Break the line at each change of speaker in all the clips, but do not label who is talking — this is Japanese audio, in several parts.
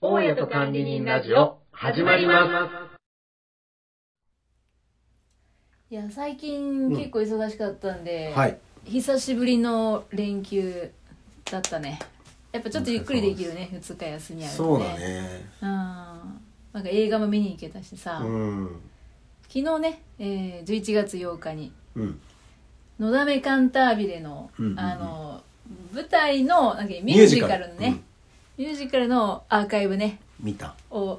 ト管理人ラジオ、始まります。
いや最近結構忙しかったんで、
はい。
久しぶりの連休だったねやっぱちょっとゆっくりできるね2日休みあると
そうだね。
うんなんか映画も見に行けたしさ、
うん。
昨日ね、えー11月8日に
うん。
「のだめカンタービレの」
うんうんうん
あの舞台のなんかミ
ミ
ュ
ュ
ー
ー
ジ
ジ
カ
カ
ル
ル
のねミュージカルのアーカイブね
見た。
を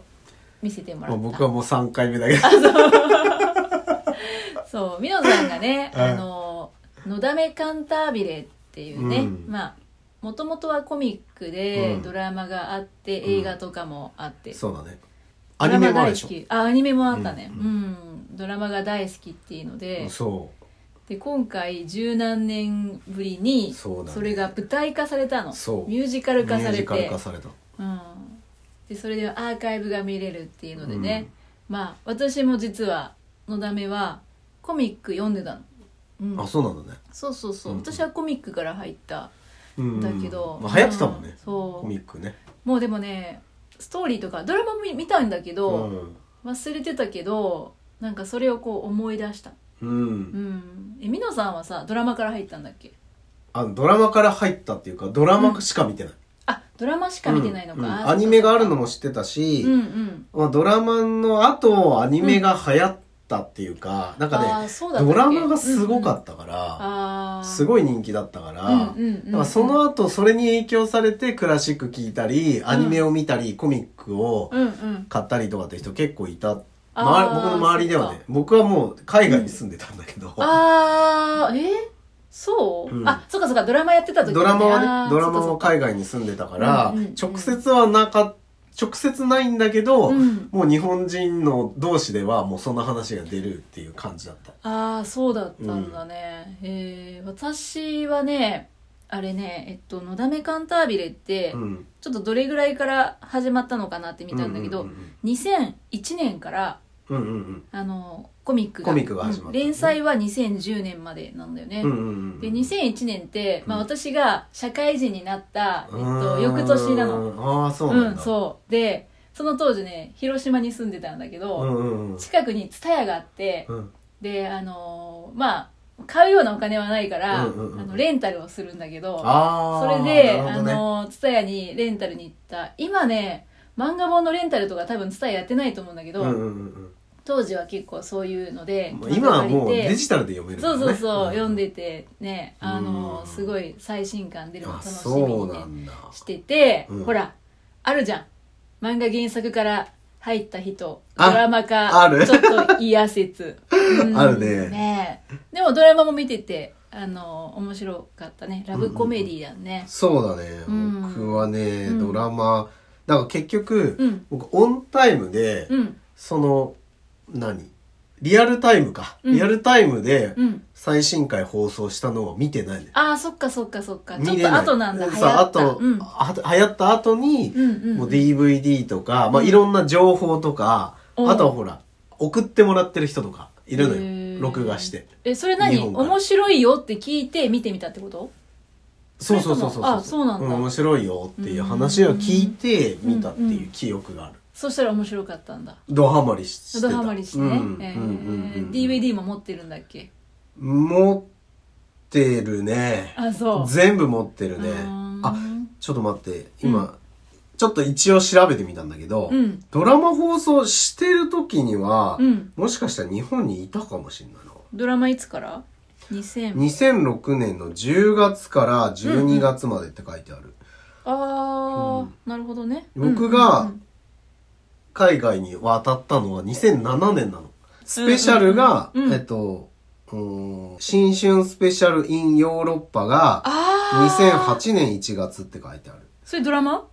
見せても
ま
ら
あ
った
僕はもう3回目だけど。
そう、ミノさん がね、
うん
あの、のだめカンタービレっていうね、
うん
まあ、もともとはコミックで、
うん
ドラマがあって、
ん
映画とかもあって。
そうだね。ア
ド
ニ
ラ
メ
マ
もある
大好
でしょ
き。あ、アニメもあったね。
う
うんん、ドラマが大好きっていうので、
そ
で、今回十何年ぶりに、
そうだね
れが舞台化されたの。
そう
ミュージカ
う。
ル化さ
ミュー
れ
ジカル
て
化。された。
うん。で、それでアーカイブが見れるっていうのでね、まあ、私も実は、のだめは、コミック読んでたの。うん、
あ、そうなんだね。
そうそうそう、
うん
私はコミックから入った
うん。
だけど
まあ流行ってたもん
う
ね
ん。そう
コミックね。
もうでもねストーリーとかドラマも見見たんだけど、忘れてたけどなんかそれをこう思い出した
う。
うんんえみのさんはさドラマから入ったんだっけ
あの、ドラマから入ったっていうか、ドラマしか見てない。
あドラマしか見てないのか、
うんうん
あー
アニメがあるの
そっか
も知ってた
そ
し、
っかうんうん
まあ、ドラマの後、アニメが流行ったっていうか、なんか
あー
ね、
そうだったっ
ド
け
ラマがすごか
うんうん
ったから、
あ
す
い
ごい人気だったから、
うんうんうん
だからその後、それに影響されてクラシック聴いたり、アニメを見たり、コミックを
うんうん
買ったりとかって人結構いた。
あー
まわ僕の周りでは
そっ
ね
か、
僕はもう海外に住んでたんだけど、
あーえそう、
うん
あそっかそっかドラマやってた時、
ドラマは
あ
ね、
ー
ドラマ
そ
も
っかそっか
海外に住んでたから
うんうんうん、
直接はなかっ直接ないんだけど、
うん
もう日本人の同士ではもうその話が出るっていう感じだった。
ああそうだったんだね、えー私はねあれねえっと「のだめカンタービレ」って、
うん。
ちょっとどれぐらいから始まったのかなって見たんだけど、
うんうん
2001年から
うんうん
あのコミックが
コミックが始まった
うん連載は2010年までなんだよね、
うんうんうんうん。
で2001年って、まあ、
うん
私が社会人になった、えっ
う
と、
ん
翌年なの。
ああ、そう
う
なん
ん
だ。
そうでその当時ね広島に住んでたんだけ
う
ど、
んうんうん。
近くに蔦屋があって、
うん
であのーまあ買うようなお金はないから、
うんうんうん
あのレンタルをするんだけど
あ
そ
あ。
れで、
なる
あ
ほどね
の蔦屋にレンタルに行った今ね漫画本のレンタルとか多分蔦屋やってないと思うんだけど、
うんうんうん
当時は結構そういうので
うん。もう今はもう
借りて
デジタルで読めるか
そ
ら
う
ね。
そうそう、
ん
読んでてねあのー
うん
すごい最新刊出るの
あ、
楽しみ
そう
に、ね
な、んだ。
してて、
うん
ほらあるじゃん漫画原作から入った人ド
あ
ラマ
あ
化
る
ちょっと嫌説、うん
あるね
ねえでもドラマも見ててあの面白かったねラブコメディだね
そうだね。
うん
僕はね、
うん
ドラマ、なんか結局、
うん
僕オンタイムで、
うん
その、何リアルタイムか。
うん
リアルタイムで
う、ん
最新回放送したのを見てないね。
ああそっかそっかそっかちょっ
見れ
と
ない
後なんだ流行っ
そう
た
後
うん
あ流行った後に、
うんうんうん
もう DVD とか、まあ、
うん
いろんな情報とか、
うん
あとはほら、送ってもらってる人とか、いるの
へ
よ。
ー
録画して。
えそれ何
日本から
面白いよって聞いて見てみたってこと
そうそうそう
そ
そ
れと
う。
もあそうなんだ
面白いよっていう話を聞いて、
うん
見たっていう記憶がある。
そしたら面白かったんだ
ドハマりしてた。
ドハマりして
うん
ね、
うん
え
う
ー
んうん
DVD も持ってるんだっけ
持ってるね。
あそう
全部持ってるね
うーん。
あ、ちょっと待って、今、ちょっと一応調べてみたんだけど、
うん
ドラマ放送してる時には、
うん
もしかしたら日本にいたかもしれないな。
ドラマいつから2000
2006年の10月から12月までって書いてある。
ああ、なるほどね
僕
うんうん
が
うん
海外に渡ったのは2007年なの。スペシャルが、
うんうんうん
えっと、うーん新春スペシャル in ヨーロッパが
ああ
2008年1月って書いてある。
それドラマ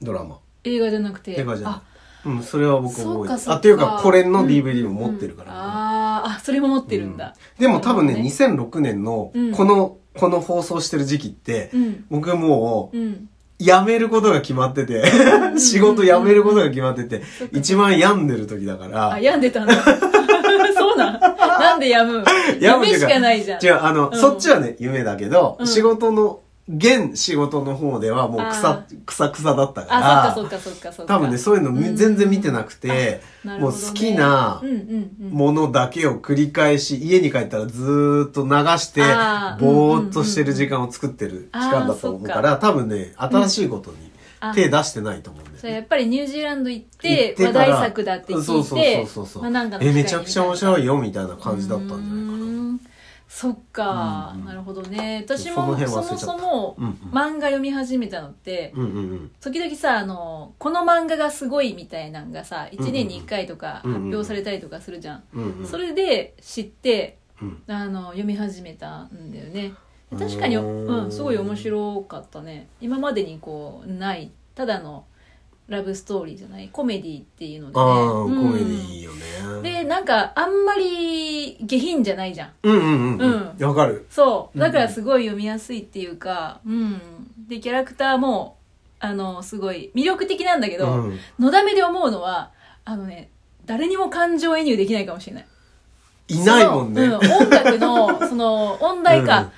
ドラマ。
映画じゃなくて
映画じゃない
あ。
うん、それは僕
そう
覚
か
え
そ
て
う
る。
か
あ、っていうか、これの DVD も持ってるから。
あーあそれも持ってるんだ、
でも多分ね、
なるほ
2006年の
うん、
この、この放送してる時期って、
うん
僕もう、
どねうん
辞めることが決まってて、 仕事辞めることが決まってて、一番病んでる時だか
あ
ら、
病んでたんだ そうなんなんで病む
病むってい
夢
う
しかないじゃん
違う、あの、
うん
そっちはね、夢だけど、
うん
仕事の現仕事の方ではもう
あ
草、草草だったか
あそっ
ら、
かそっかそっかそっか
多分ね、そういうの
う
み
ん
全然見てなくて、
なる
も
ほ
う
どね
好きな
うんうんうん
ものだけを繰り返し、家に帰ったらずーっと流して
あ、ー
ぼーっとしてる時間を作ってる期間だと思うか
うんうんうん
ら、多分ね、新しいことに
あ
手出してないと思うんだ
そ
よ
れ
ね。
やっぱりニュージーランド行っ
行
て
って
話
から
題作だって聞いて
そうそうそうそうそう
まあなんかの機
え、
会に
めちゃくちゃ面白いよ、みたいな
みた
感じだったんじゃないかな。
うーんそっか、
うんうん
なるほどね私
その
も
辺忘
そ
れちゃ
も
った
そも
うんうん
漫画読み始めたのって
うんうんうん。
時々さあのこの漫画がすごいみたいなんがさ1年に1回とか
うんうん
発表されたりとかするじゃん、
うんうん
それで知って
うん
あの読み始めたんだよね確かに、
うー
うんん、すごい面白かったね今までにこうないただのラブストーリーじゃないコメディっていうので、
ああ、コ
うん
メディいいよね。
でなんかあんまり下品じゃないじゃん
うんうんうん。
う
うん。わかる。
そう
うんうん
だからすごい読みやすいっていうかうんでキャラクターもあのすごい魅力的なんだけ
う
ど、
ん。
のだめで思うのはあのね誰にも感情移入できないかもしれない
いないもんね。
そのうん、音楽のその音大か、
うん
っ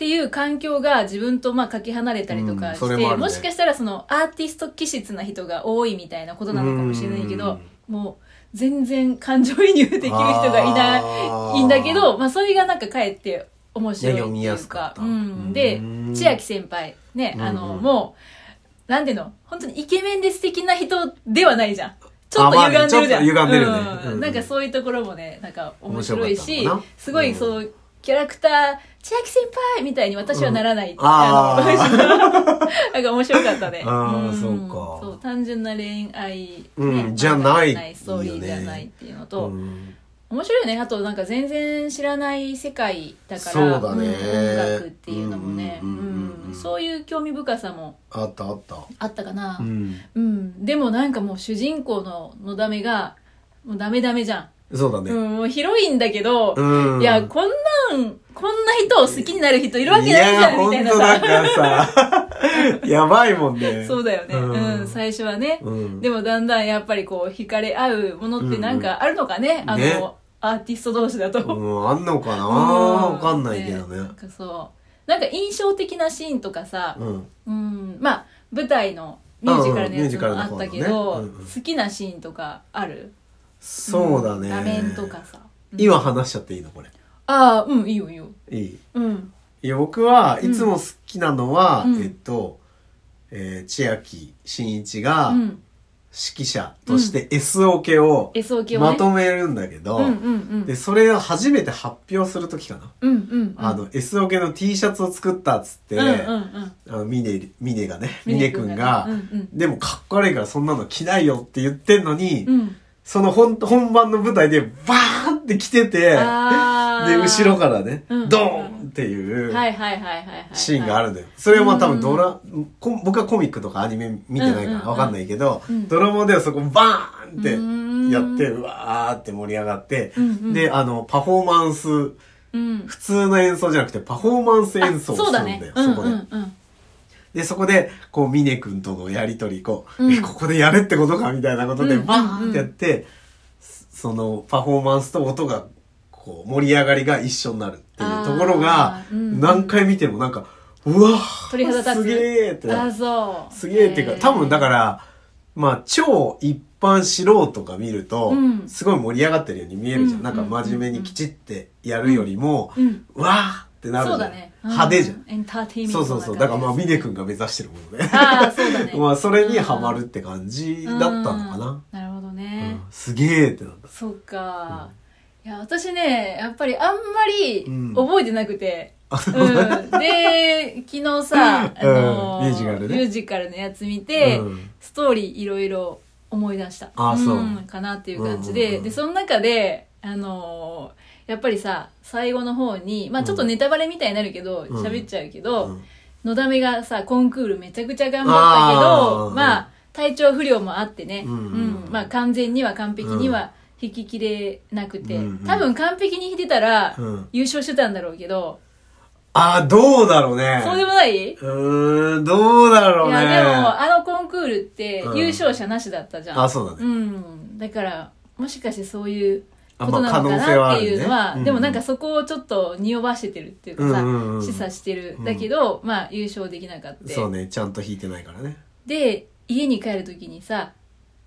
ていう環境が自分とまあかけ離れたりとかして、
うんそれも
も
あるね
しかしたらそのアーティスト気質な人が多いみたいなことなのかもしれないけど、もう全然感情移入できる人がいない
あー
いいんだけど、まあ、それがなんかかえって面白いってい
ね
うか
読みやすかった
うん、
う
で
ん
千秋先輩ねあの、
うん
もうなんていうの本当にイケメンで素敵な人ではないじゃんちょっと歪んでるじゃん、
あまあねちょっと歪んでるね
う
うん
なんかそういうところもねなんか面白いし
面白かったのかな
すごいそう、キャラクター千秋先輩みたいに私はならない、
うんあ
の なんか面白かったね
あー
ん
そうか
そう単純な恋愛、ね
うんじゃない
ストーリーじゃないっていうのと、
うん
面白いよねあとなんか全然知らない世界だから
そうだね
ん音楽っていうのもね、う
うんうんうんうん
んそういう興味深さも
あったあった。
あったかな、う
うんん。
でもなんかもう主人公ののだめがもうダメダメじゃ
そうだ
ん、
ね。
うん、もうヒロインだけど、
うん。
いやこんなんこんな人を好きになる人いるわけないじゃんみたい
や、
な
ほんと
さ
なんかさ、 やばいもんね。
そうだよね、
う
うんん最初はね、
うん。
でもだんだんやっぱりこう惹かれ合うものってなんかあるのかね、
ん
あの、
ね
アーティスト同士だと、
うん、あんのかな
うん
わかんないけどね
なん。かそう。なんか印象的なシーンとかさ、
うん。
うん、まあ、舞台のミュージカルのや
う
つ
んうん
もあったけ
ミュージカルの
ど、
方のねうんうん
好きなシーンとかある
そうだね。
ん画面とかさ。うん
今話しちゃっていいのこれ。
ああ、うん、いいよいいよ。
いい
うん。
いや僕はいつも好きなのは、
うん
えっと、えー、千秋真一が
う
指
ん。
揮者として SOK を
SOK をね。
まとめるんだけど、
うんうんうん。
で、それを初めて発表するときかな。
うんうんうん。
あの、SOK の T シャツを作ったっつって、
うんうんうん。
あのミネ、ミネがね、ミ
ミ
ネ
ネ
く
君
ん
が
が、
ねうん
でもかっこ悪いからそんなの着ないよって言ってんのに、
うん。
その本、本番の舞台でバーンって着てて、で、
あー
後ろからね、
うん
ドーンっていう、
はいはいはいはいはい。
シーンがあ
る。
るんだよ。それはまあ多分ドラ、こ僕はコミックとかアニメ見てない
うんうん
から
うん
わかんないけど、
うん
ドラマではそこバー
う
ン
ー
っ
ん
てやって、うわーって盛り上がって
うんうん、
で、あの、パフォーマンス、
うん。
普通の演奏じゃなくてパフォーマンス演奏をするんだよ、
あ
そ
そ
こ
うだね。う
で。
んうんうん。
で、そこで、こう、ミネ君とのやりとり、こう、
うん
えここでやれってことかみたいなことで、
うん
バーンってやって、その、パフォーマンスと音が、こう、盛り上がりが一緒になるっていうところが
あ、ーうん
何回見てもなんか、うわー
鳥肌立つ。
すげーってな
あ、
る
そう。、
すげーっていうか、多分だからら、まあ、超一般素人が見ると、
うん
すごい盛り上がってるように見えるじゃん。
うん
なんか真面目にきちってやるよりも、
うん。
わーってなるじ
そ
ゃ
うんだね。うん
派手じゃん。。
エンターテインメント
そう
な感じ。
そうそう。だからまあ、ミネ君が目指してるものね。。
ああ、そうだね
まあ、それにはまるって感じだったのかな。
うん。なるほど
う
ね
ん。すげーってなった。
そうか。いや、私ね、やっぱりあんまり
うん
覚えてなくて。うんで、昨日さ、あの
うんミュージカルね
ミュージカルのやつ見て
うん、
ストーリーいろいろ思い出した。
あそうん
かなっていう感じ
うんうん
で、
うん
で、その中で、あのーやっぱりさ、最後の方に、まあちょっとネタバレみたいになるけど、
うん
喋っちゃうけど、
うん
のだめがさコンクールめちゃくちゃ頑張っ
あ
たけ
ー
どまあ体調不良もあってね、
う
うんん
うん
まあ、完全には完璧には引ききれなくて、
うんうん
多分完璧に引いてたら
うん
優勝してたんだろうけど、
あー、どうだろうね。
そうでもない、
うーん、どうだろう
い
ね。
やでもあのコンクールって
うん
優勝者なしだったじゃん、
あ、そうだね。
うんだからもしかしてそういう
あ
ことなのか
まあ可能性は
な
あ
っ
る
て
ね
いうのは、
うんうん
でもなんかそこをちょっと匂わしてるっていうかさ、
うんうんうん
示唆してるだけど、まあ優勝できなかった
そうねちゃんと弾いてないからね
で家に帰る時にさ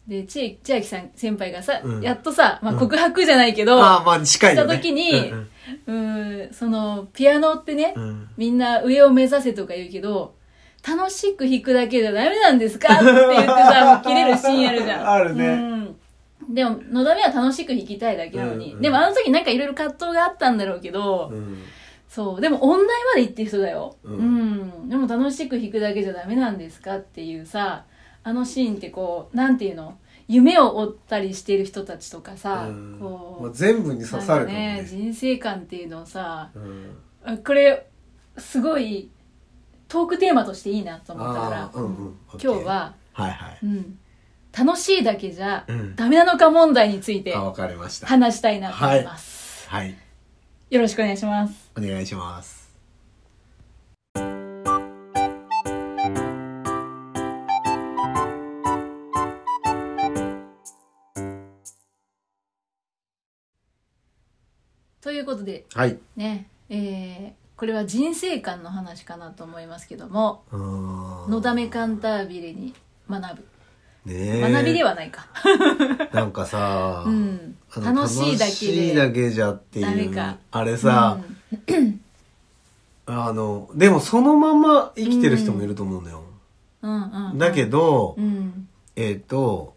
で千千秋さん先輩がさ、
うん
やっとさ、まあ、
うん
告白じゃないけど、
ああまあ近いよね
した時に
うん
うーんそのピアノってね、
うんうん
みんな上を目指せとか言うけど楽しく弾くだけじゃダメなんですかって言っ てさもう切れるシーンあるじゃん
あるね
うんでものだめは楽しく弾きたいだけなのに、
うんうん
でもあの時なんかいろいろ葛藤があったんだろうけど、
うん
そうでも音大まで行ってる人だよう、
うんん
でも楽しく弾くだけじゃダメなんですかっていうさあのシーンってこうなんていうの夢を追ったりしてる人たちとかさ、
うん
こう、
まあ全部に刺さるかも
なんか
ね
人生観っていうのをさ
うん
あこれすごいトークテーマとしていいなと思ったから
あ、ーうんうん
今日は、
はいはい
うん、楽しいだけじゃ
うん
ダメなのか問題について
あ分かりました
話したいなと思います、
はい
よろしくお願いします
お願いします
ということで
はい
ねえーこれは人生観の話かなと思いますけども「の
の
だめカンタービレに学ぶ」
ねえ
学びではないか、
なんかさ、
うん
あの
楽しいだ
楽
け
し
で
いだけじゃって
ダメ
いう
か
あれさ、あのでもそのまま生きてる人もいると思うのよ、
うん、うんうん
だけど、
うん
えっ、と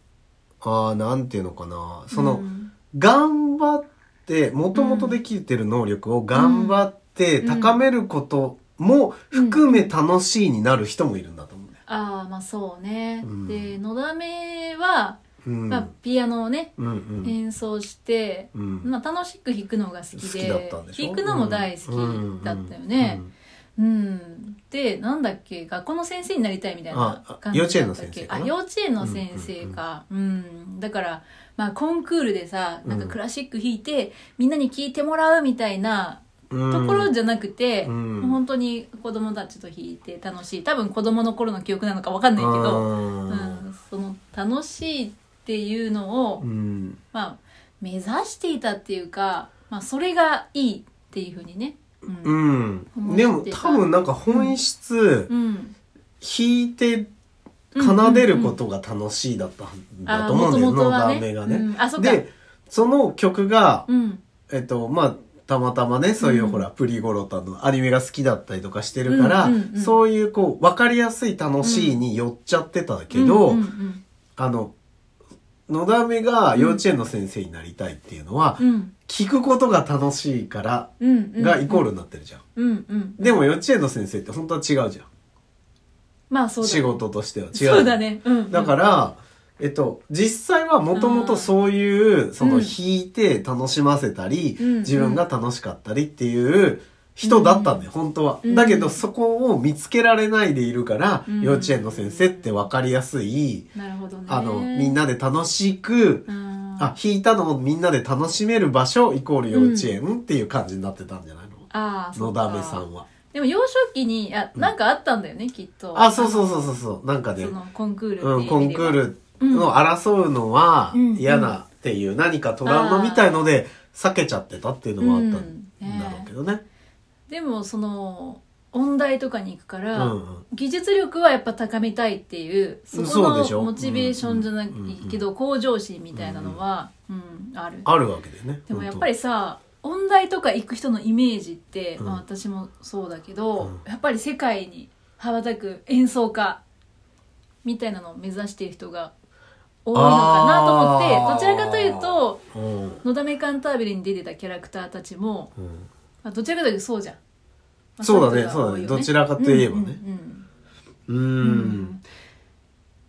あーなんていうのかなその、
うん
頑張ってもともとできてる能力を頑張って
うん
高めることも含め楽しいになる人もいるんだと思うね、
ああまあそうね、
うん
でのだめは、
うん、
まあ、ピアノをね、
うんうん
演奏して、
うん
まあ、楽しく弾くのが好き
好
で
きだったんでしょ
弾くのも大好きだったよ
う
ね
んうんうん
うん、でなんだっけ学校の先生になりたいみたいな
ああ
感じだったっけ
幼稚園の先生かな
あ幼稚園の先生かうんだからまあコンクールでさなんかクラシック弾いて、みんなに聴いてもらうみたいな
うん
ところじゃなくて、
うん
もう本当に子供たちと弾いて楽しい多分子供の頃の記憶なのかわかんないけど、
うん
うん、その楽しいっていうのを、
うん
まあ、目指していたっていうか、まあ、それがいいっていうふうにね。うん
うん
うん
でも多分なんか本質
うん
弾いて奏でることが楽しいだったんだと思うんだよ、
元
ノ
々
ー
は
ダメがね。
うんあそっか
でその曲が、
うん
えっとまあたまたまねそういう、
うん
ほらプリゴロタのアニメが好きだったりとかしてるから、
うんうんうん
そういうこう分かりやすい楽しいに寄っちゃってたけど、
うんうん
あののだめが幼稚園の先生になりたいっていうのは、
うん
聞くことが楽しいから
うんうん
がイコールになってるじゃん。
うんうん
でも幼稚園の先生って本当は違うじゃん。
まあそうだね
仕事としては違う。
そうだねうんうん
だから、えっと、実際はもともとそういう、その
うん
弾いて楽しませたり、
うん
自分が楽しかったりっていう人だったんだよ、本当は。
うん
だけどそこを見つけられないでいるから、
うん
幼稚園の先生ってわかりやすい、
なるほどね
あの、みんなで楽しく、
うん
あ、弾いたのをみんなで楽しめる場所イコール幼稚園っていう感じになってたんじゃないの、
ああそ
の
うか
だめさんは。
でも幼少期にあなんかあったんだよねきっと
あ、そうそう
う
そうそうそう。なんかね
そ、のコンクールっていう
うん、
意味では
コンクールの争うのは
うん
嫌だっていう何かトラウマみたいので避けちゃってたっていうのもあったんだろうけどね。
でもその音大とかに行くか
う
ら、
んうん
技術力はやっぱ高めたいっていうそこ
そうでし
の
ょ
モチベーションじゃない
うんうんうん
けど、向上心みたいなのは、うんある
あるわけだよね。
でもやっぱり
本
さ音大とか行く人のイメージって、
うん
まあ、私もそうだけど、
うん
やっぱり世界に羽ばたく演奏家みたいなのを目指している人が多いのかなと思って
あー
どちらかというと
当。うん
「のだめカンタービレ」に出てたキャラクターたちも、
うん
まあ、どちらかというとそうじゃん、まあ
そうだね、
人が
そう
多
だ
い
ね。
よ
どちらかといえばね。
うんうんうん
う
うん
ん。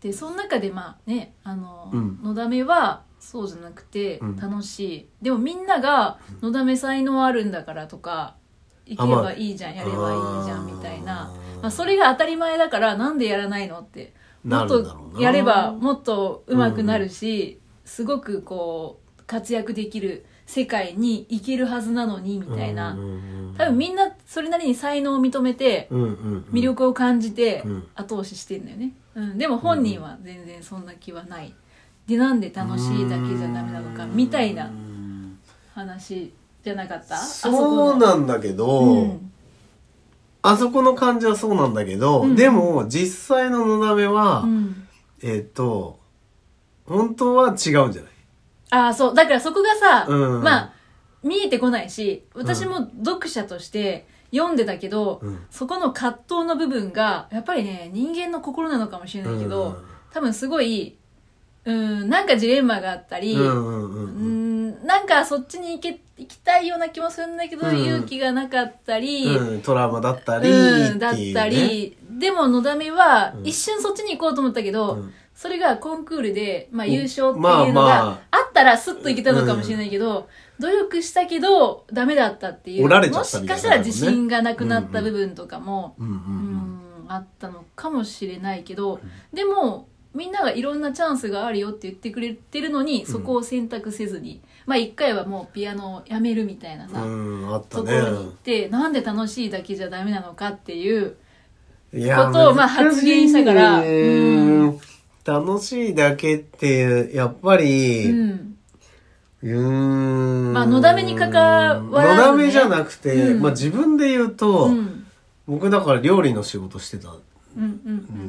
でその中でまあねあの、
うん
のだめはそうじゃなくて
うん
楽しい、でもみんなが「のだめ才能あるんだから」とか「行け
まあ
ばいいじゃんやればいいじゃん」みたいな
あー
まあ、それが当たり前だからなんでやらないのっても
な
っ
るんだろう
と
な。
やればもっと上手くなるし、すごくこう活躍できる世界に行けるはずなのにみたいな、
うんうんうん
多分みんなそれなりに才能を認めて、
うんうんうん
魅力を感じて
うん
後押ししてんだよね、うん、でも本人は全然そんな気はないでなんで楽しいだけじゃダメなのかみたいな
うん
話じゃなかった
そう
あ
なんだけど、
そこのうん
あそこの感じはそうなんだけど、
うん
でも実際ののだめは、
うん
えっ、と、本当は違うんじゃない
ああそうだからそこがさ、
うん
まあ見えてこないし私も読者として読んでたけど、
うん
そこの葛藤の部分がやっぱりね人間の心なのかもしれないけ
う
ど、
ん
多分すごいうんなんかジレンマがあったり、
うんうんう
うん
うん。
んなんかそっちに行け行きたいような気もするんだけど、
うん
勇気がなかったり、
うん、トラウマだったり、
うん、だっ
いうね
た、り、でものだめは
うん
一瞬そっちに行こうと思ったけど、
うん
それがコンクールで、まあ、
うん
優勝っていう
まあ
のが
ま
あったらスッといけたのかもしれないけど、努力したけどダメだったっていう
折られちゃ
も
った
し
みたいなね
かしたら自信がなくなった部分とかも、
うんうん
うん
うん
あったのかもしれないけど、でもみんながいろんなチャンスがあるよって言ってくれてるのにそこを選択せずに、まあ一回はもうピアノをやめるみたいなさ、
うん、あっ
と
た
こ
ね
ろに行って、なんで楽しいだけじゃダメなのかっていう
い
ことをまあ
難
発言したから
いね
うん
楽しいだけってやっぱり
うん
うーん
まあのだめに関わらずね
のだめじゃなくて、
うん
まあ自分で言うと、
うん
僕だから料理の仕事してた
うんうん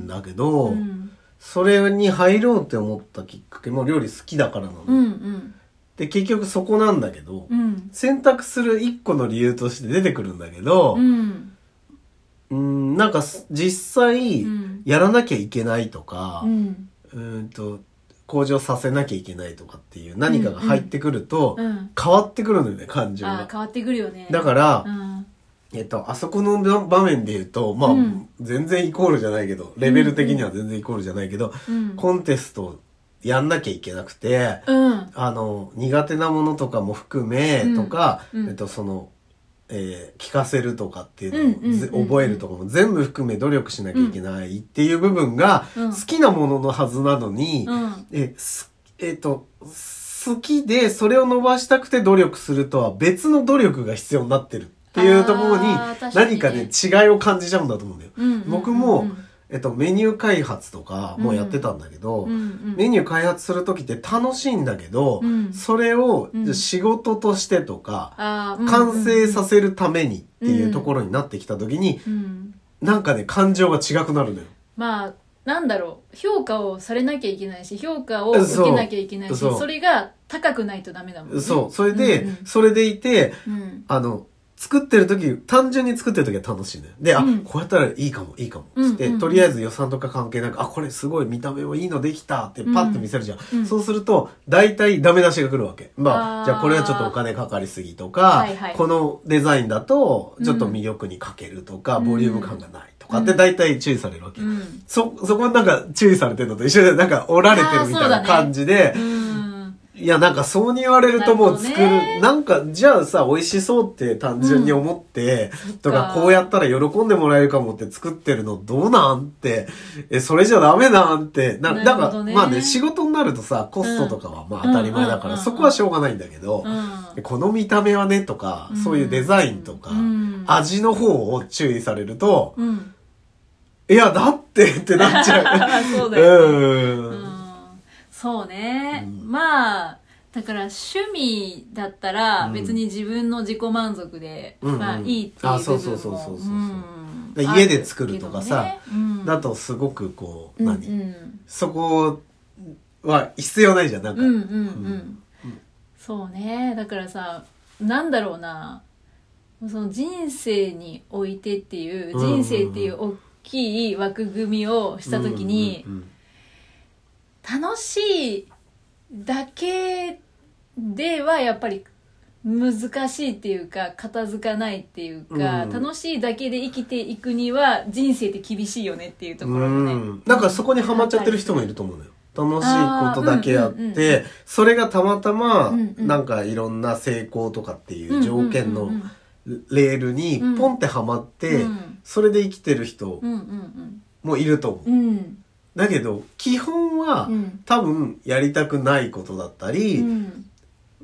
んだけど、
うん
それに入ろうって思ったきっかけも料理好きだからなの、
うんうん
で結局そこなんだけど、
うん
選択する一個の理由として出てくるんだけど
う、ん
うん、なんかす実際、
うん
やらなきゃいけないとか
う、ん
うーんと向上させなきゃいけないとかっていう何かが入ってくると、
うん
変わってくるのよね感情
ああ
が。
変わってくるよね
だから、
うん
えっと、あそこの場場面で言うと、まあ、
うん
全然イコールじゃないけど、レベル的には全然イコールじゃないけど、
うん
コンテストをやんなきゃいけなくて、
うん
あの、苦手なものとかも含め、とか、
うんうん
えっと、その、えー聞かせるとかっていう
うんうんうん
のをぜ、覚えるとかも全部含め努力しなきゃいけないっていう部分が、
うん
好きなもののはずなのに、
うん
え、す、えっと、好きでそれを伸ばしたくて努力するとは別の努力が必要になってるっていうところに
あー確かに
何かね違いを感じちゃうんだと思うんだよ。
うんうん
僕も、
うん
えっと、メニュー開発とかもやってたんだけど、
うんうん
メニュー開発する時って楽しいんだけど、
うん
それを
うん
仕事としてとか、
ああうん
完成させるためにっていうところになってきた時に、
うん
なんかね感情が違くなるのよ。
まあなんだろう評価をされなきゃいけないし評価を受けなきゃいけないし
そう
それが高くないとダメだもんね
そう。それで、
うんうん
それでいて、
うん
あの、作ってる時、単純に作ってる時は楽しいね。で、あ、
うん
こうやったらいいかも、いいかも。
うん
つって、
うんうん
とりあえず予算とか関係なく、あ、これすごい見た目もいいのできたってパッと見せるじゃん。
うん
そうすると、大体ダメ出しが来るわけ。ま
あ
あ、
ー
じゃあこれはちょっとお金かかりすぎとか、
はいはい
このデザインだと、ちょっと魅力に欠けるとか、
うん
ボリューム感がないとかって大体注意されるわけ。
うん
そ、そこなんか注意されてるのと一緒で、なんか折られてるみたいな感じで、
うん
いや、なんかそうに言われるともう作る、
なる
な
ほどね
んか、じゃあさ、美味しそうって単純に思って、と
そっか
か、こうやったら喜んでもらえるかもって作ってるのどうなんって、え、それじゃダメなんって、な、
なる
なん
ほ
か
ど、ね
まあね、仕事になるとさ、コストとかはまあ当たり前だか
うんうんうんうん
ら、そこはしょうがないんだけど
う、ん
この見た目はねとか
うん、
そういうデザインとか
うん、
味の方を注意されると、
うん
いや、だってってなっちゃう。
そうだよ、ねう
うん。
んそうね、まあだから趣味だったら
うん
別に自分の自己満足で、
うんうん
まあいいっていう
あ
部
そう
分
そうそうそうそうそう
もう
で
ん
家で作るとかさ
あるけどねうん
だとすごくこう、
うんう
何
ん
そこは必要ないじゃん、なんか。
うんうんうんそうねだからさなんだろうなその人生においてっていう
うんうんうん
人生っていう大きい枠組みをした時に、
うんうんうん
楽しいだけではやっぱり難しいっていうか片付かないっていうか、
うん
楽しいだけで生きていくには人生って厳しいよねっていうところがね、
うんなんかそこにハマっちゃってる人もいると思うのよ。楽しいことだけやっ
あーうんうん
て、それがたまたま
うん、うん
なんかいろんな成功とかってい
うん
う条件
う
の
んうん
レールにポンってハマって
うん、
それで生きてる人
うんうん
もいると思う。
うんうん
だけど、基本は
うん
多分やりたくないことだった
う
り、
ん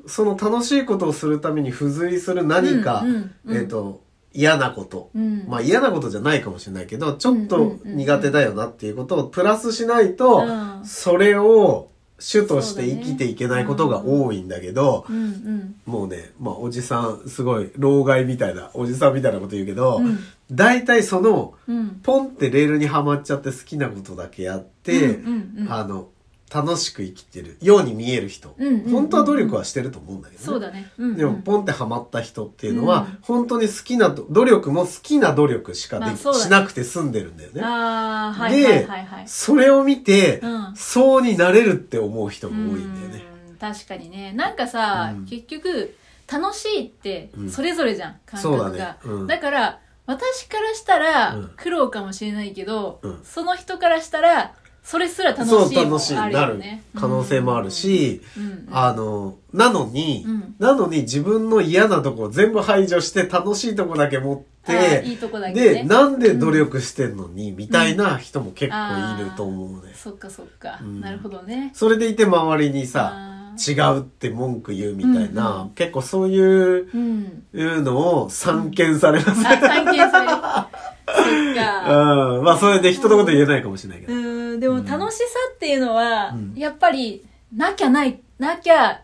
その楽しいことをするために付随する何か
うんうん、うん
えっと、嫌なこと
うん
まあ嫌なことじゃないかもしれないけど、ちょっ
うんうん
と
うんうん
苦手だよなっていうことをプラスしないと
う、ん
それを主として生きていけないことが多いんだけど、
うんうん
もうね、まあ、おじさん、すごい、老害みたいな、おじさんみたいなこと言うけど、
うん
大体その、
うん
ポンってレールにはまっちゃって好きなことだけやって、
うんうんうん
あの、楽しく生きてるように見える人、
うんうんうんうん
本当は努力はしてると思うんだけど、ね
そうだねうんうん
でもポンってハマった人っていうのは、
うん
本当に好きなと努力も好きな努力しかでき、
まあそうだね
しなくて済んでるんだよね。
ああはい
で
はいはいはい
それを見て、
うん
そうになれるって思う人が多いんだよね。
うん確かにねなんかさ、
うん
結局楽しいって
うん
それぞれじゃん、感
そうだ
覚
ね
が、
うん
だから私からしたら
うん
苦労かもしれないけど、
うん
その人からしたらそれすら楽
そう
しいも
楽しい
ある
な
よ
る
ね
可能性もある、し、
うんうん
あの、なのに、
うん
なのに自分の嫌なとこを全部排除して楽しいとこだけ持っ
あーい
て、
いとこだけね
で、なんで努力してんのに、みたいな人も結構いると思うね。
そっかそっか、
うん
なるほどね
それでいて周りにさ、
あー
違うって文句言うみたいな、
うんうん
結構そういう、
うん
いうのを散見されま
あ
す。
関係されるそっ
う
か
ん。まあ、それで一言言えないかもしれないけど。
うんでも楽しさっていうのは、
うん
やっぱりなきゃないなきゃ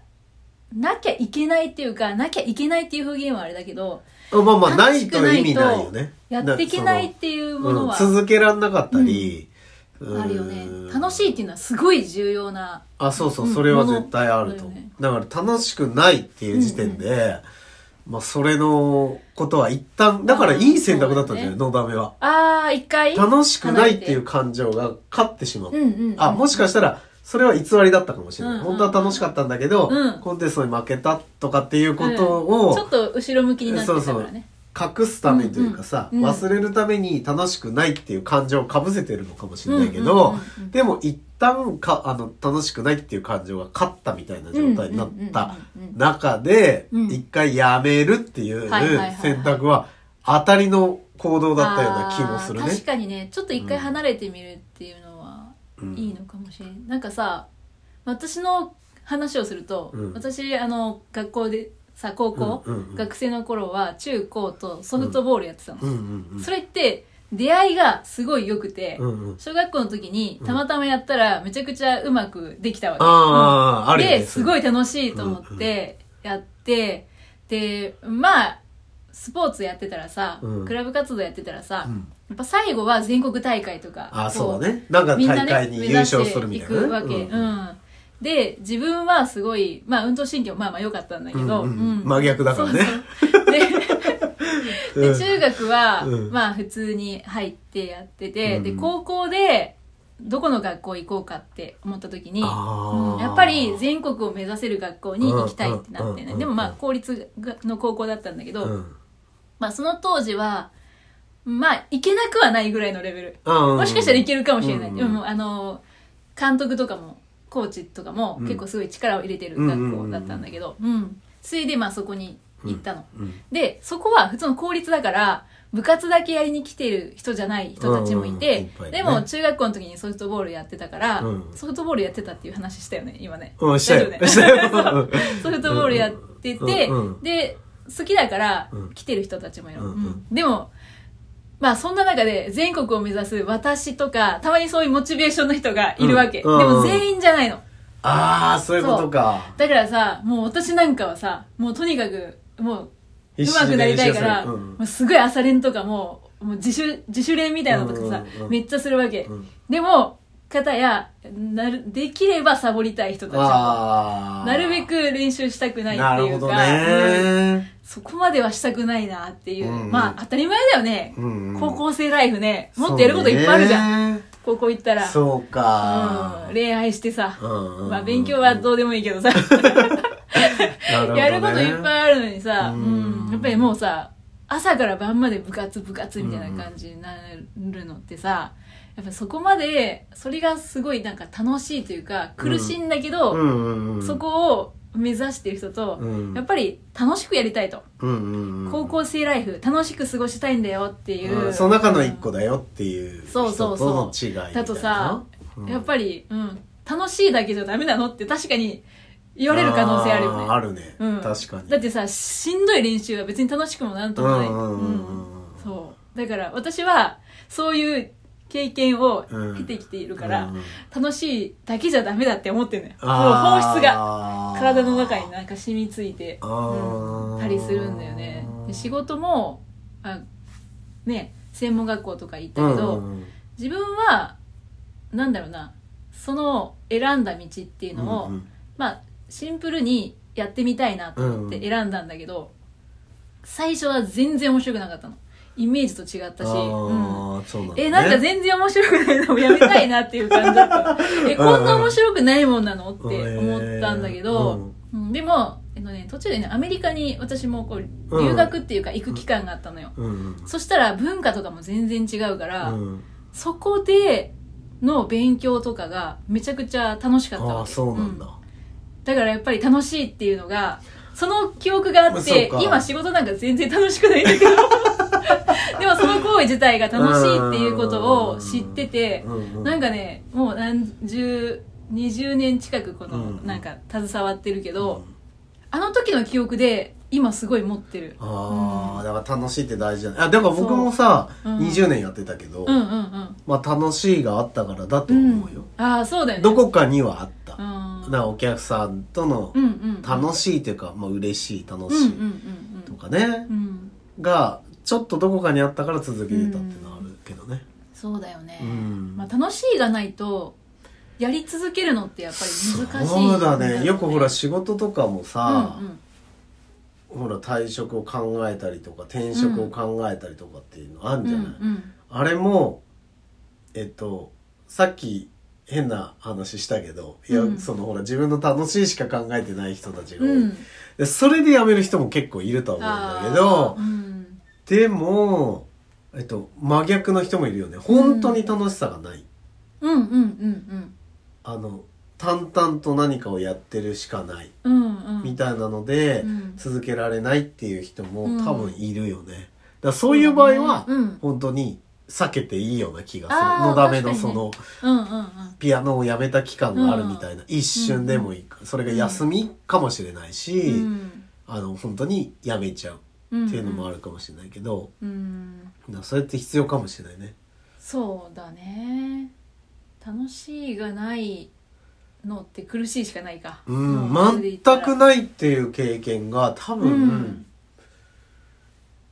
なきゃいけないっていうかなきゃいけないっていう表現はあれだけど
まあまあ、な
楽
い
しく
と意味ないよね。
やっていけないっていうものは
うん続けらんなかったり、
あるよね、
うん
楽しいっていうのはすごい重要な
あそうそう
うん
それは絶対あると思う、
も
だから楽しくないっていう時点で、まあそれのことは一旦だからいい選択だったんじゃない、
うん
のだめは
あー一回
楽しくないっていう感情が勝ってしまう、
うんうん、
あもしかしたらそれは偽りだったかもしれない、
うん
本当は楽しかったんだけど、
うん
コンテストに負けたとかっていうこと
うんちょ
を
っと後ろ向きになってたからね
隠すためというかさ、
うんうん
忘れるために楽しくないっていう感情をかぶせてるのかもしれないけど、
うんうんうんうん
でも一旦かあの楽しくないっていう感情が勝ったみたいな状態になった
うんうんうんうん
中で
うん
一回やめるっていう
はいはいはいはい
選択は当たりの行動だったような気もする
あー確
ね。
かにねちょっと一回離れてみるっていうのは
うん
いいのかもしれない、なんかさ私の話をすると、
うん
私あの学校でさ高校、
うんうんうん
学生の頃は中高とソフトボールやってたの、
うんうんうん
それって出会いがすごい良くて、
うんうん
小学校の時にたまたまやったらめちゃくちゃうまくできたわけ、
ああ、あるよね。
ですごい楽しいと思ってやって、でまあスポーツやってたらさ、
うん
クラブ活動やってたらさ、
うん
やっぱ最後は全国大会とか
ああ、
こ
そうだね。なんか
みん
大
なね
会に
目
優
指
勝
し
する
て
み
い
たい
く
な
わけ、
ね。
うんで自分はすごい、まあ、運動神経もまあまあ良かったんだけど、
うんうん
うん
真逆だからね
そうそうで で中学は、
うん
まあ普通に入ってやってて、
うんうん
で高校でどこの学校行こうかって思った時に、
あー
うんやっぱり全国を目指せる学校に行きたいってなって
うんうんうんう
ね
ん
でもまあ公立の高校だったんだけど、
うん
まあその当時はまあ行けなくはないぐらいのレベル。
うん
もしかしたらいけるかもしれない。
うん
でも、あの、監督とかも、コーチとかも、
うん
結構すごい力を入れてる学校だったんだけど、うん。ついで、まあそこに行ったの。
うん
で、そこは普通の公立だから、部活だけやりに来てる人じゃない人たちもい
うんうん
て
いっぱ、いね
でも中学校の時にソフトボールやってたから
うん、
ソフトボールやってたっていう話したよね、今ね。
うん、したよ。
大
した
丈
よ。
夫ね
うん
ソフトボールやってて、
うんうん
で、好きだから
うん
来てる人たちもいる。
うんうん
うんでも、まあそんな中で全国を目指す私とか、たまにそういうモチベーションの人がいるわけ。
うんうん
でも全員じゃないの。
ああ、そういうことか。
だからさ、もう私なんかはさ、もうとにかく、もう、う
必
ま
死
く
に
なり
練
た
習
い
す
か
る
ら、
うん
もうすごい朝練とかもう、もう自主、自主練みたいなのとかさ、
うんうんうん
めっちゃするわけ。
うん
でも、方や、なる、できればサボりたい人たちも、
ああ。
なるべく練習したくない
な
って
る
い
ほ
う
ど
か、うん
ね。
そこまではしたくないなっていう、
うんうん
まあ当たり前だよね、
うんうん
高校生ライフねもっとやることいっぱいあるじゃん、
ゃん。
高校行ったらう、
そうか
ん、。恋愛してさ、
うんうんうん
まあ、勉強はどうでもいいけどさ
なほどね
やることいっぱいあるのにさ、
うん
うんやっぱりもうさ朝から晩まで部活部活みたいな感じになるのってさ、やっぱそこまでそれがすごいなんか楽しいというか苦しいんだけど、
うんうんうん。
そこを目指してる人と、
うん
やっぱり楽しくやりたいと。
うんうんうん。
高校生ライフ楽しく過ごしたいんだよっていう、
うんその中の一個だよっていう人
そうそうそ
との
う
違いみたいな。
だとさ、
うん
やっぱり、うん、楽しいだけじゃダメなのって確かに言われる可能性あるよね
ーあるね
うん、。
確かに。
だってさしんどい練習は別に楽しくもなんともない、
うんうんうんうん
うんそうだから私はそういう経験を
うん
経てきているから、
うん
楽しいだけじゃダメだって思ってんのよもう本
あー
質が体の中になんか染みついて
あ
う
ー
んたりするんだよねで仕事もあね専門学校とか行ったけど、
うんうん
自分はなんだろうなその選んだ道っていうのを、
うんうん
まあシンプルにやってみたいなと思って
うんうん
選んだんだけど、最初は全然面白くなかったのイメージと違ったし、
あ
うん
ーそうなんだね
えなんか全然面白くないのもやめたいなっていう感じだ ったえこんな面白くないもんなのって思ったんだけど、うんでも、えっとね、途中でねアメリカに私もこう
うん
留学っていうか行く期間があったのよ、
うんうん
そしたら文化とかも全然違うから、
うん
そこでの勉強とかがめちゃくちゃ楽しかった
あ
わ
あ
け
そうなんだ、
うんだからやっぱり楽しいっていうのがその記憶があっ
そう
て
か
今仕事なんか全然楽しくないんだけど でもその行為自体が楽しいっていうことを知ってて
うんうん
なんかねもう何十20年近くこの
うん
なんか携わってるけど、あの時の記憶で今すごい持ってる
ああ、
うん
だから楽しいって大事だねあだから僕もさ、
そううん
20年やってたけど、
うんうんうん
まあ楽しいがあったからだと
うん
思うよ、
ああそうだよね
どこかにはあった、だ
う
か
ん
らお客さんとの
うんうん
楽
し
しいというか、まあ嬉しい楽
うんう
し
ん
いとかね、
うんうんうん
がちょっとどこかにあったから続けてたっていうのはあるけどね、
そうだよね、
うん
まあ、楽しいがないとやり続けるのってやっぱり難しい
そうだねよくほら
し
仕事とかもさ、
うんうん
ほら退職を考えたりとか転職を考えたりとかっていうのあるんじゃない、
うん
あれもえっとさっき変な話したけどいや、
うん
そのほら自分の楽しいしか考えてない人たちが
う
多い、
んうん
でそれで辞める人も結構いるとは思うんだけど
あーうん
でも、えっと、真逆の人もいるよね本当に楽しさがない、
うんうんうん
あの淡々と何かをやってるしかない
うんうんうん
みたいなので、
うん
続けられないっていう人
うん
も多分いるよね、だからそういう場合は、
うんうん
本当に避けていいような気がする
あー
のだめの
確か
そ
にね
の
うんうんうん
ピアノをやめた期間があるみたいな、一瞬でもいいか、それが休みかもしれないし、
うん
あの本当にやめちゃう
うん
っていうのもあるかもしれないけど、
うん
だからそれって必要かもしれないね。
そうだね楽しいがないのって苦しいしかないか
うん、
もうそれで言
全
ったら
くないっていう経験が多分、
うん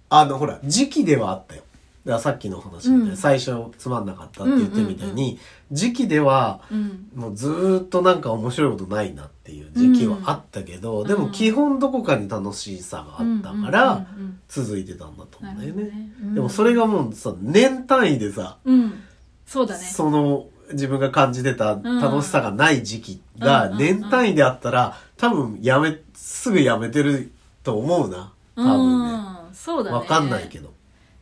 あのほら時期ではあったよだからさっきの話みたいに、
うん
最初つまんなかったって言ってみたいに、時期では
うん
もうずーっとなんか面白いことないなっていう時期はあったけど、
うん
でも基本どこかに楽しさがあったから
うんうん
続いてたんだと思うんだよ
な
ね,、
るほどねうん
でもそれがもうさ年単位でさ、
うんうんそうだね
その自分が感じてた
ん
楽しさがない時期
うん
が
うん
年単位であったら多分やめすぐやめてると思うな多分ね
うんそうだね
わかんないけど、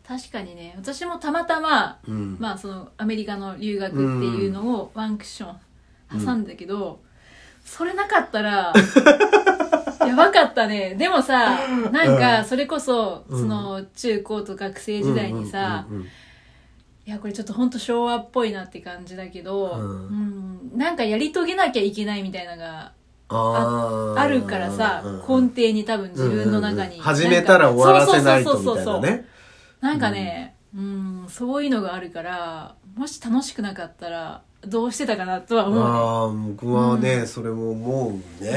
確かにね私もたまたま、
うん
まあそのアメリカの留学っていうのをワンクッション挟んだけど、それなかったら やばかったねでもさなん
う
か
ん
それこそ、
うん
その中高と学生時代にさ、
うんうんうん
いやこれちょっとほんと昭和っぽいなって感じだけど、
うん
うんなんかやり遂げなきゃいけないみたいなのが
あー
あるからさ、
うんうんうん
根底に多分自分の中
うんうん
に、
うん始めたら終わらせないと
そうそ
み
うそ
た
う
い
そう
なね
なんかね、うん、そういうのがあるから、もし楽しくなかったら、どうしてたかなとは思う
ああ僕はね、それも思うね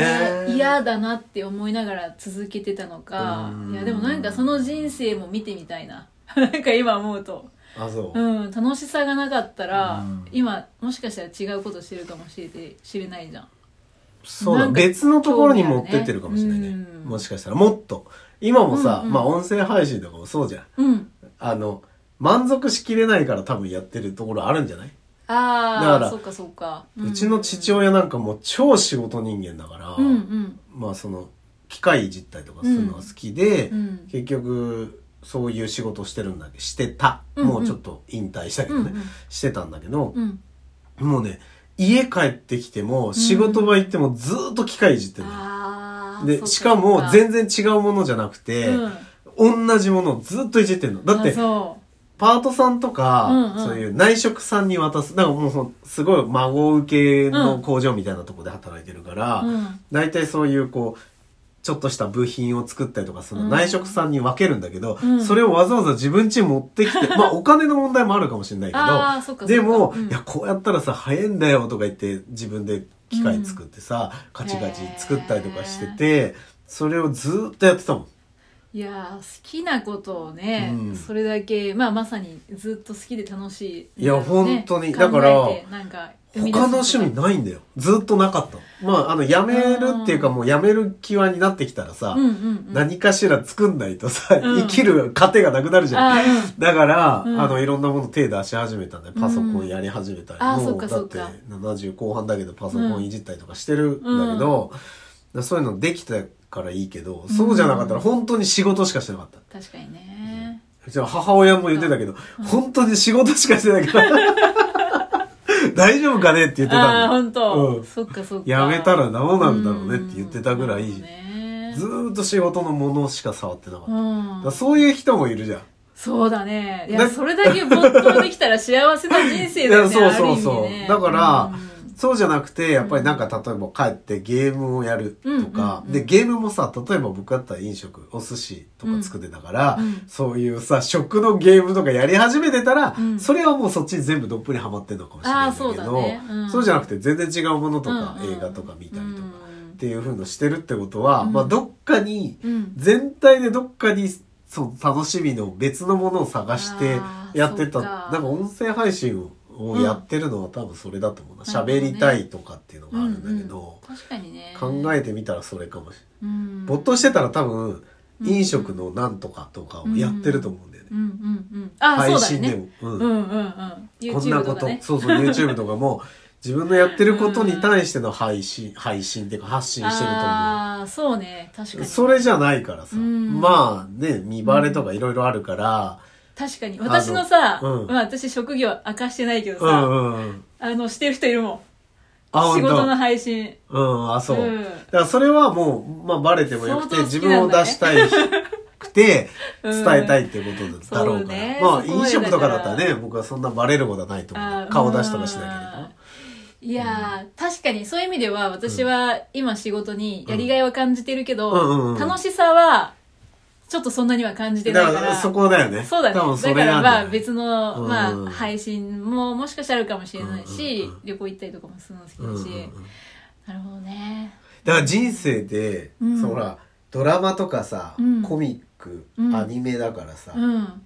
ね。嫌だなって思いながら続けてたのか
う、ん
いやでもなんかその人生も見てみたいな。 なんか今思うと。
あそう、
うん、楽しさがなかったら、
うん
今もしかしたら違うことしてるかもしれて知れないじゃん。
そうだ
なんか
別のところに持ってってるかもしれないね
興味あるねうん
もしかしたらもっと今もさ、
うんうん
まあ音声配信とかもそうじゃん
うん。
あの満足しきれないから多分やってるところあるんじゃない、だ
あ
か
あ、
ら
そっかそっか。
うちの父親なんかもう超仕事人間だから、
うんうん。
まあその機械いじったりとかするのが好きで、
うん
結局そういう仕事してるんだけどしてた、
うんうん
もうちょっと引退したけどね、
うんうん
してたんだけど、
うん。
もうね家帰ってきても仕事場行ってもずーっと機械いじってるのよ、
ああ。そっ
で
か
しか
そ
も
っ
全然違うものじゃなくて、
うん
同じものをずっといじってるのだって
あそう
パートさんとか、
うんうん
そういう内職さんに渡すだからもうそのすごい孫受けの工場みたいなところで働いてるから、
うん
大体そういうこうちょっとした部品を作ったりとか、その
うん
内職さんに分けるんだけど、
うん
それをわざわざ自分家に持ってきて、まあお金の問題もあるかもしれないけど、
ああそっかそっか
でも、
うん
いや、こうやったらさ、早いんだよとか言って、自分で機械作ってさ、カチカチ作ったりとかしてて、それをずーっとやってたもん。
いやー好きなことをね、
うん
それだけ、まあ、まさにずっと好きで楽しい、
いや
ね
本当に
考えて
だから
なんか生み出す
他の趣味ないんだよ。ずっとなかったの。まあ、あの、やめるっていうか、もうやめる気はになってきたらさ、
うんうんうん、
何かしら作んないとさ、
うん
生きる糧がなくなるじゃん。
あー、うん
だから、
うん
あの、いろんなもの手出し始めたんだよ。パソコンやり始めたり。
うんあー
も
そっか
だ
そ
っ
ってか
70後半だけどパソコンいじったりとかしてるんだけど、だからそういうのできたからいいけど、そうじゃなかったら本当に仕事しかしてなかった。
確かにね、
うちの母親も言ってたけど、本当に仕事しかしてない から、大丈夫かねって言って
あ
た
あ
んだよ。
本当、
うん
そっかそっか
やめたらどうなんだろうねって言ってたぐらい、
うんね
ずーっと仕事のものしか触ってなかった。だか
う
ら
ん、
そういう人もいるじゃん。
そうだねい
だ
やそれだけ没頭できたら幸せな人生だよね
いやそうそうそう
ある意味ね
だから
うん
そうじゃなくて、やっぱりなんか例えば帰ってゲームをやるとか、
うんうんうん
で、ゲームもさ、例えば僕だったら飲食、お寿司とか作ってたから、
うんうん
そういうさ、食のゲームとかやり始めてたら、
うん
それはもうそっちに全部どっぷりハマってんのかもしれないんだけど、
あーそうだねうん
そうじゃなくて全然違うものとか、
うんうん
映画とか見たりとか、
うん
っていう風のしてるってことは、
うん
まあどっかに、
うん
全体でどっかに、そう、楽しみの別のものを探して
あー
やってた。
そっ
な
か
んか音声配信ををやってるのは多分それだと思うな。
なるほど
喋、
ね
りたいとかっていうのがあるんだけど、
うんうん確かにね
考えてみたらそれかもしれない。
うん
没頭してたら多分、
うん
飲食のなんとかとかをやってると思うんだよね。
うんうんうんあ
配
そうだよ
信で
ね
も。うん
うんうんうん
こんな
YouTube
ことと、
かね
そうそう、YouTube とか も、自分のやってることに対しての配信、配信っていうか発信してると思う。
ああそうね確かに
それじゃないからさ。
うん
まあね、見バレとかいろいろあるから、
確かに私のさ
あのうん
まあ、私職業明かしてないけど
う
さ、
んうんうん。
あのしてる人いるも
あ、
ん仕
本当
事の配信
うん、あ、そう。
うん
だからそれはもう、まあバレてもよくて、
相当好
自
きな
分を
ん
出
だね
したいくて、
うん
伝えたいってことだろうから。
そうね
まあ
そこま
飲
で
食とかだ
だ
っ
から
たらね、僕はそんなバレることはないと思
あ
う。
ー
顔出しとかしなければ。
いやー、確かにそういう意味では私は今仕事にやりがいは感じてるけど、
うんうんうんうん
楽しさはちょっとそんなには感じてない
だ
か
かららそこだよね。
そうだね
多分それ
だから
なん
ま
だ
あ
よね
別の、
うん
まあ、配信ももしかしたらあるかもしれないし、
うんうんうん
旅行行ったりとかもするの好きだし、
うんうんうん
なるほどね
だから人生で、
うん
そのほら、ドラマとかさ、
うん
コミック、
うん
アニメだからさ、
うん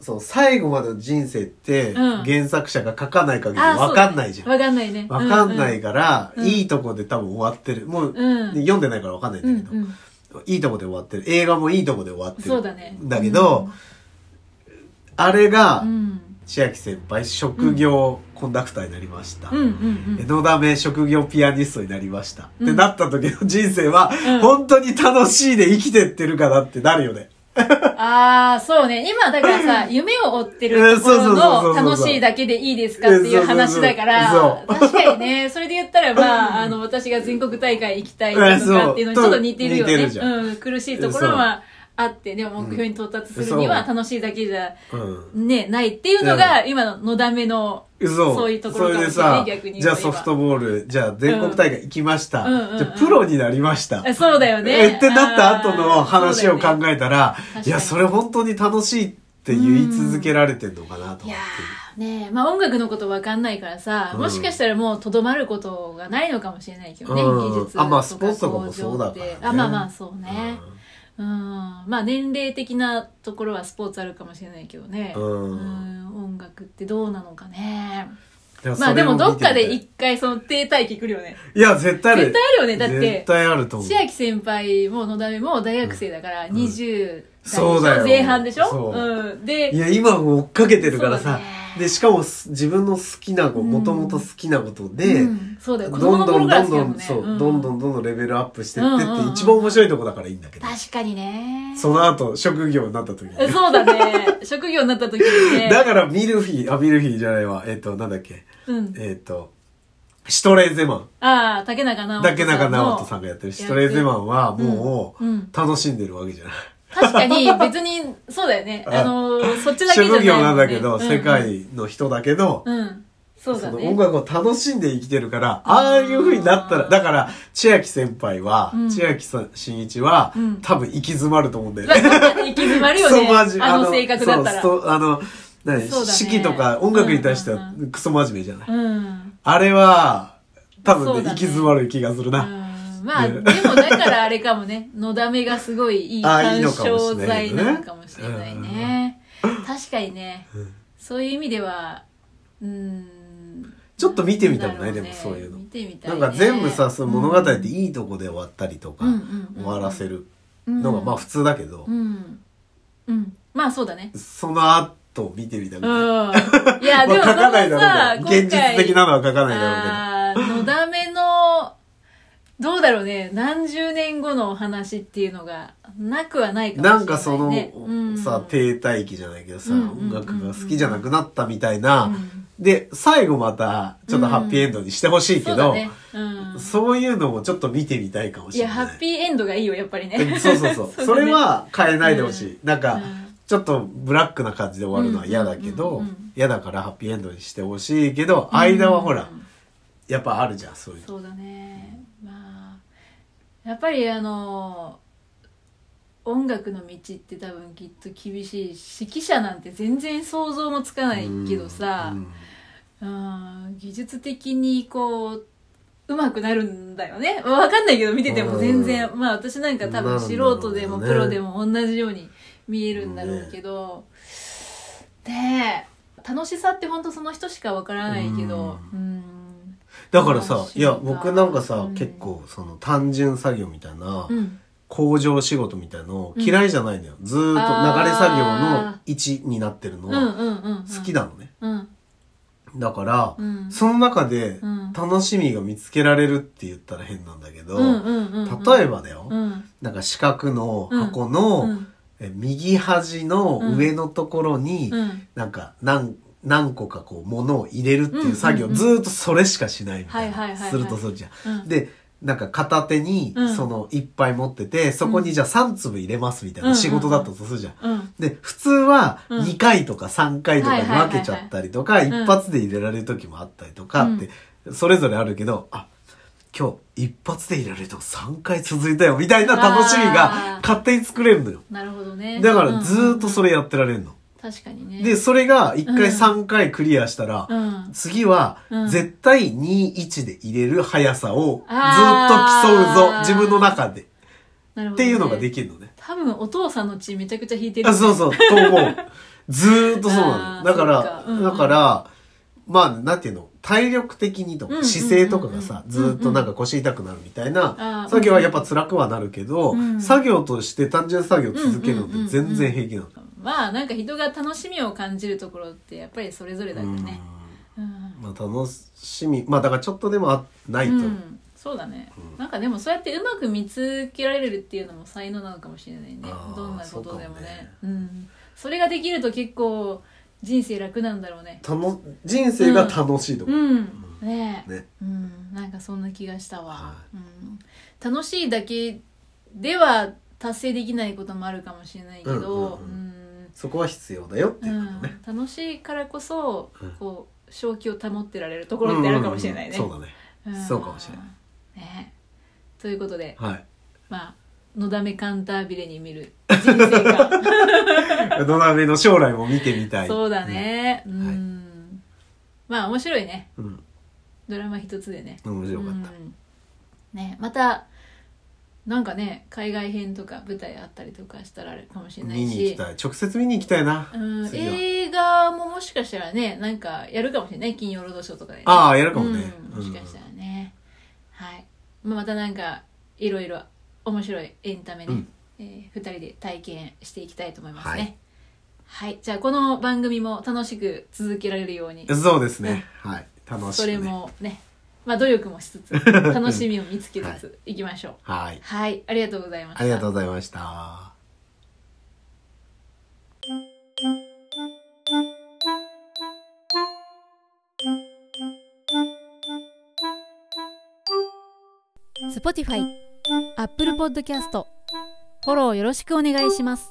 そう、最後までの人生って、
うん
原作者が書かない限り
あ
分かんないじゃん。
分かんないね
分かんないから、
うん
いいとこで多分終わってる。もう、
うん
ね読んでないから分かんない
うんん
だけ
う
ど、
ん
いいとこで終わってる。映画もいいとこで終わってる。
そうだね
だけど、あれが、
うん
千秋先輩、職業コンダクターになりました。
うんうんう
え
ん
のだめ職業ピアニストになりました。
うん
ってなった時の人生は、
ん
本当に楽しいで生きてってるかなってなるよね。
ああそうね今だから さ夢を追って
うん
るところ
そうそうそう
の
そう
楽しいだけでいいですかっていう話だか
そ
ら
うそう
確か にねそれで言ったらまああの私が全国大会行きたいとかっていうのにちょっと似てるよね
うんそうと似てるじゃ
うん、苦しいところはあってでも目標に到達するには
そ
楽しいだけじゃ
うん。
ねないっていうのが今ののだめの
そう。
そういうところ
そ
か
れ
も
で
しれな
さ
い逆、に言えば
じゃあソフトボール、じゃあ全国大会行きました。
うんうんうんうん
じゃあプロになりました。
えそうだよ
え
ね
ってなった後の話を
あーそうだよ
考
ね
えたら、
確かに
いや、それ本当に楽しいって言い続けられてんのかなと
い
思
や
っ
ーねえまあ音楽のことわかんないからさ、
うん
もしかしたらもうとどまることがないのかもしれないけどね、
うん
技術と
あ
か
まあスポーツとかもそうだからね
向上ってあまあまあそう
て。
ねうん、まあ年齢的なところはスポーツあるかもしれないけどね
うん
ん音楽ってどうなのかね
うん
まあでもどっかで
い
一回その停滞期来るよね
や、絶対ある。
絶対あるよねだって
絶対あると思う。
千秋先輩も野だめも大学生だから20代
そうだよ
前半でしょ、
そう
うん、で
いや、今もう追っかけてるから
そう
さ
だね。
で、しかもす自分の好きな子、
うん
もともと好きなことで、
うんそうだよ
ど
子
んど
供
んどん
の頃か
ど
ら好きだも
ん、
ね
そう、
ん
どんどんどんどんレベルアップしてってっ
うんうんうん
て、一番面白いとこだからいいんだけど。
確かにね
その後、職業になった時に。
そうだね。職業になった時にね。
だから、ミルフィー、あ、ミルフィーじゃないわ。えっと、なんだっけ。
うん。
えっと、シュトレーゼマ
ああ、竹中直
ン。
人さんの。
竹中直人さんがやってるシュトレーゼマンは、も
うんうん
う、楽しんでるわけじゃない。
確かに、別に、そうだよね。
あ
あのー、そっちだけじゃない、
職業なんだけ
う
ど、
う
世。界の人だけど、
うん。そうだ
の
ね
音楽を楽しんで生きてるから、ああいう風になったら、だから、千秋先輩は、
うん
千秋さん、新一は、
うん
多分行き詰まると思うんだよ
まあ
ね。
確かに行き詰まるよね
クソマジ
あの性格だったら
そう、そうあの、何、
そうだね
式とか音楽に対して
うん
は
うん
クソ真面目じゃない。
うん
あれは、多分
そ
ね
うだね
行き詰まる気がする
う
な。
んま
ね
あ、でもだからあれかもね、のだめがすごいいい
あーいい
干
のかもし
渉
れない
剤
けどね
なのかもしれないね。確かにね、そういう意味では、うん。
ちょっと見てみたもんね
なんだろ
でもそういうの
見てみたい
なん
ね、
か全部さ、その物語
う
っ
ん
ていいとこで終わったりとか
うんうんうん、うん
終わらせるのがまあ普通だけど
う、ん。うん。まあそうだね。
その後を見てみたく
う。
なん
い
い。
や、で
ま
も
あ
そ
書か
の
ないだ
さ
ろ、う
今
け
回
ど、現実的なのは書かないだろうけど。
あーのだめの、どうだろうね、何十年後のお話っていうのが、なくはないかもしれ
な
な、
い
ね。
んかその、
うん
さ、停滞期じゃないけどさ、
うんうんうんうん
音楽が好きじゃなくなったみたいな、
うん
で、最後また、ちょっとハッピーエンドにしてほしいけ
そうだ
ど、
ね。うん。
そういうのもちょっと見てみたいかもし
い
れ
や、
ない。
ハッピーエンドがいいよ、やっぱりね。
そう そうそう。それは変えないでほしい。なん
う
か
ん、
ちょっとブラックな感じで終わるのは嫌だけ
うんう
ど
んうんうん、
嫌だからハッピーエンドにしてほしいけど、間はほ
う
ら、
ん
やっぱあるじゃん、そういうの。
そうだね。まあ、やっぱりあの、音楽の道って多分きっと厳しい指揮者なんて全然想像もつかないけどさ、
うん
うん技術的にこううまくなるんだよねまあわかんないけど見てても全然まあ私なんか多分素人でも
な
プ
るんだろうね
ロでも同じように見えるんだろうけどねえ楽しさって本当その人しかわからないけどうん
だからさ
楽、し
い
いな
や、僕なんかさ
う、ん
結構、その単純作業みたいな
う、ん
工場仕事みたいの嫌いじゃないのよ。ずーっと流れ作業の一になってるの
うんうん
は
うんうん
好きなのね。
うん
だから
う、ん
その中で
うん
楽しみが見つけられるって言ったら変なんだけど、
うんうんうんうん
例えばだよ、
うん
なんか四角の箱
う
の
ん
え右端の上のところに
うん
なんか何何個かこう物を入れるっていう作業
うんうんうん
ずーっとそれしかしないみたい
はい
ない
ははいはい
するとそうじゃん。
うん
でなんか片手に
うん
そのいっぱい持っててそこにじゃあ3粒入れますみたい
うん
な
うんうん
仕事だったとするじゃん。
うん
で、普通は
うん
2回とか3回とかに分けちゃったりとか、
いはいはい
一発で入れられる時もあったりとかって、それぞれあるけど、あ、今日一発で入れられると3回続いたよみたいな楽しみが
あー
勝手に作れるのよ。
なるほどね
だからずーっとそ
れ
れやってられるの。
確かにね
で、それが1
う
回
ん
3回クリアしたら、
うん
次は
うん
絶対2、1で入れる速さをず
あ
ーっと
ー
競うぞ、自分の中で。
なるほどね
っていうのができるのね。
多分お父さんの血めちゃくちゃ引いてる
あそうそう、と思う。ずーっとそうなの。
あー
だから、
そっかうんうん
だから、まあ、なんていうの、体力的にと
うん
か、
うんうんうん
姿勢とかがさ、ずーっとなんか腰痛くなるみたい
あ
な
ー、
作業はやっぱ辛くはなるけど
う、ん
作業として単純作業続けるのっ
うんうんうんうん
て全然平気なの。
まあなんか人が楽しみを感じるところってやっぱりそれぞれだよねうん、
まあ、楽しみ、まあ、だからちょっとでもあないと。
うんそうだね、なんかでもそうやってうまく見つけられるっていうのも才能なのかもしれないね
あー
どんなことでもね
そう
うん、それができると結構人生楽なんだろうね
楽人生が楽しいと
う
思う。
んねえ
ね。
うん、なんかそんな気がしたわ、
は
うん、楽しいだけでは達成できないこともあるかもしれないけど、
う
うんん
うんそこは必要だよっていううんことね。
楽しいからこそ
うん
こう正気を保ってられるところってあるかもしれないね、
うんうんうんそうだね。
ん
そうかもしれない
ねということで
はい。
まあのだめカンタービレに見る人生 観
土鍋の将来も見てみたい。
そうだねうん、
はい
まあ面白いね
うん。
ドラマ一つでね
うん。面白かった。
うんね、またなんかね海外編とか舞台あったりとかしたらあるかもしれない
見に行き
した
い直接見に行きたいな、
うん、
次は
映画ももしかしたらねなんかやるかもしれない金曜ロードショーとかで、ね、
ああやるかもね
うんもしかしたらね、はい、まあまたなんかいろいろ面白いエンタメね、
うん
え2人で体験していきたいと思います
はい
ねはい、じゃあこの番組も楽しく続けられるように
そうですね、はい楽し
そ
く、ね、
れもね、まあ努力もし つつ、楽しみを見つけつついきましょう。
はい
はい、ありがとうございました。
ありがとうございました
Spotify、Apple Podcast、フォローよろしくお願いします。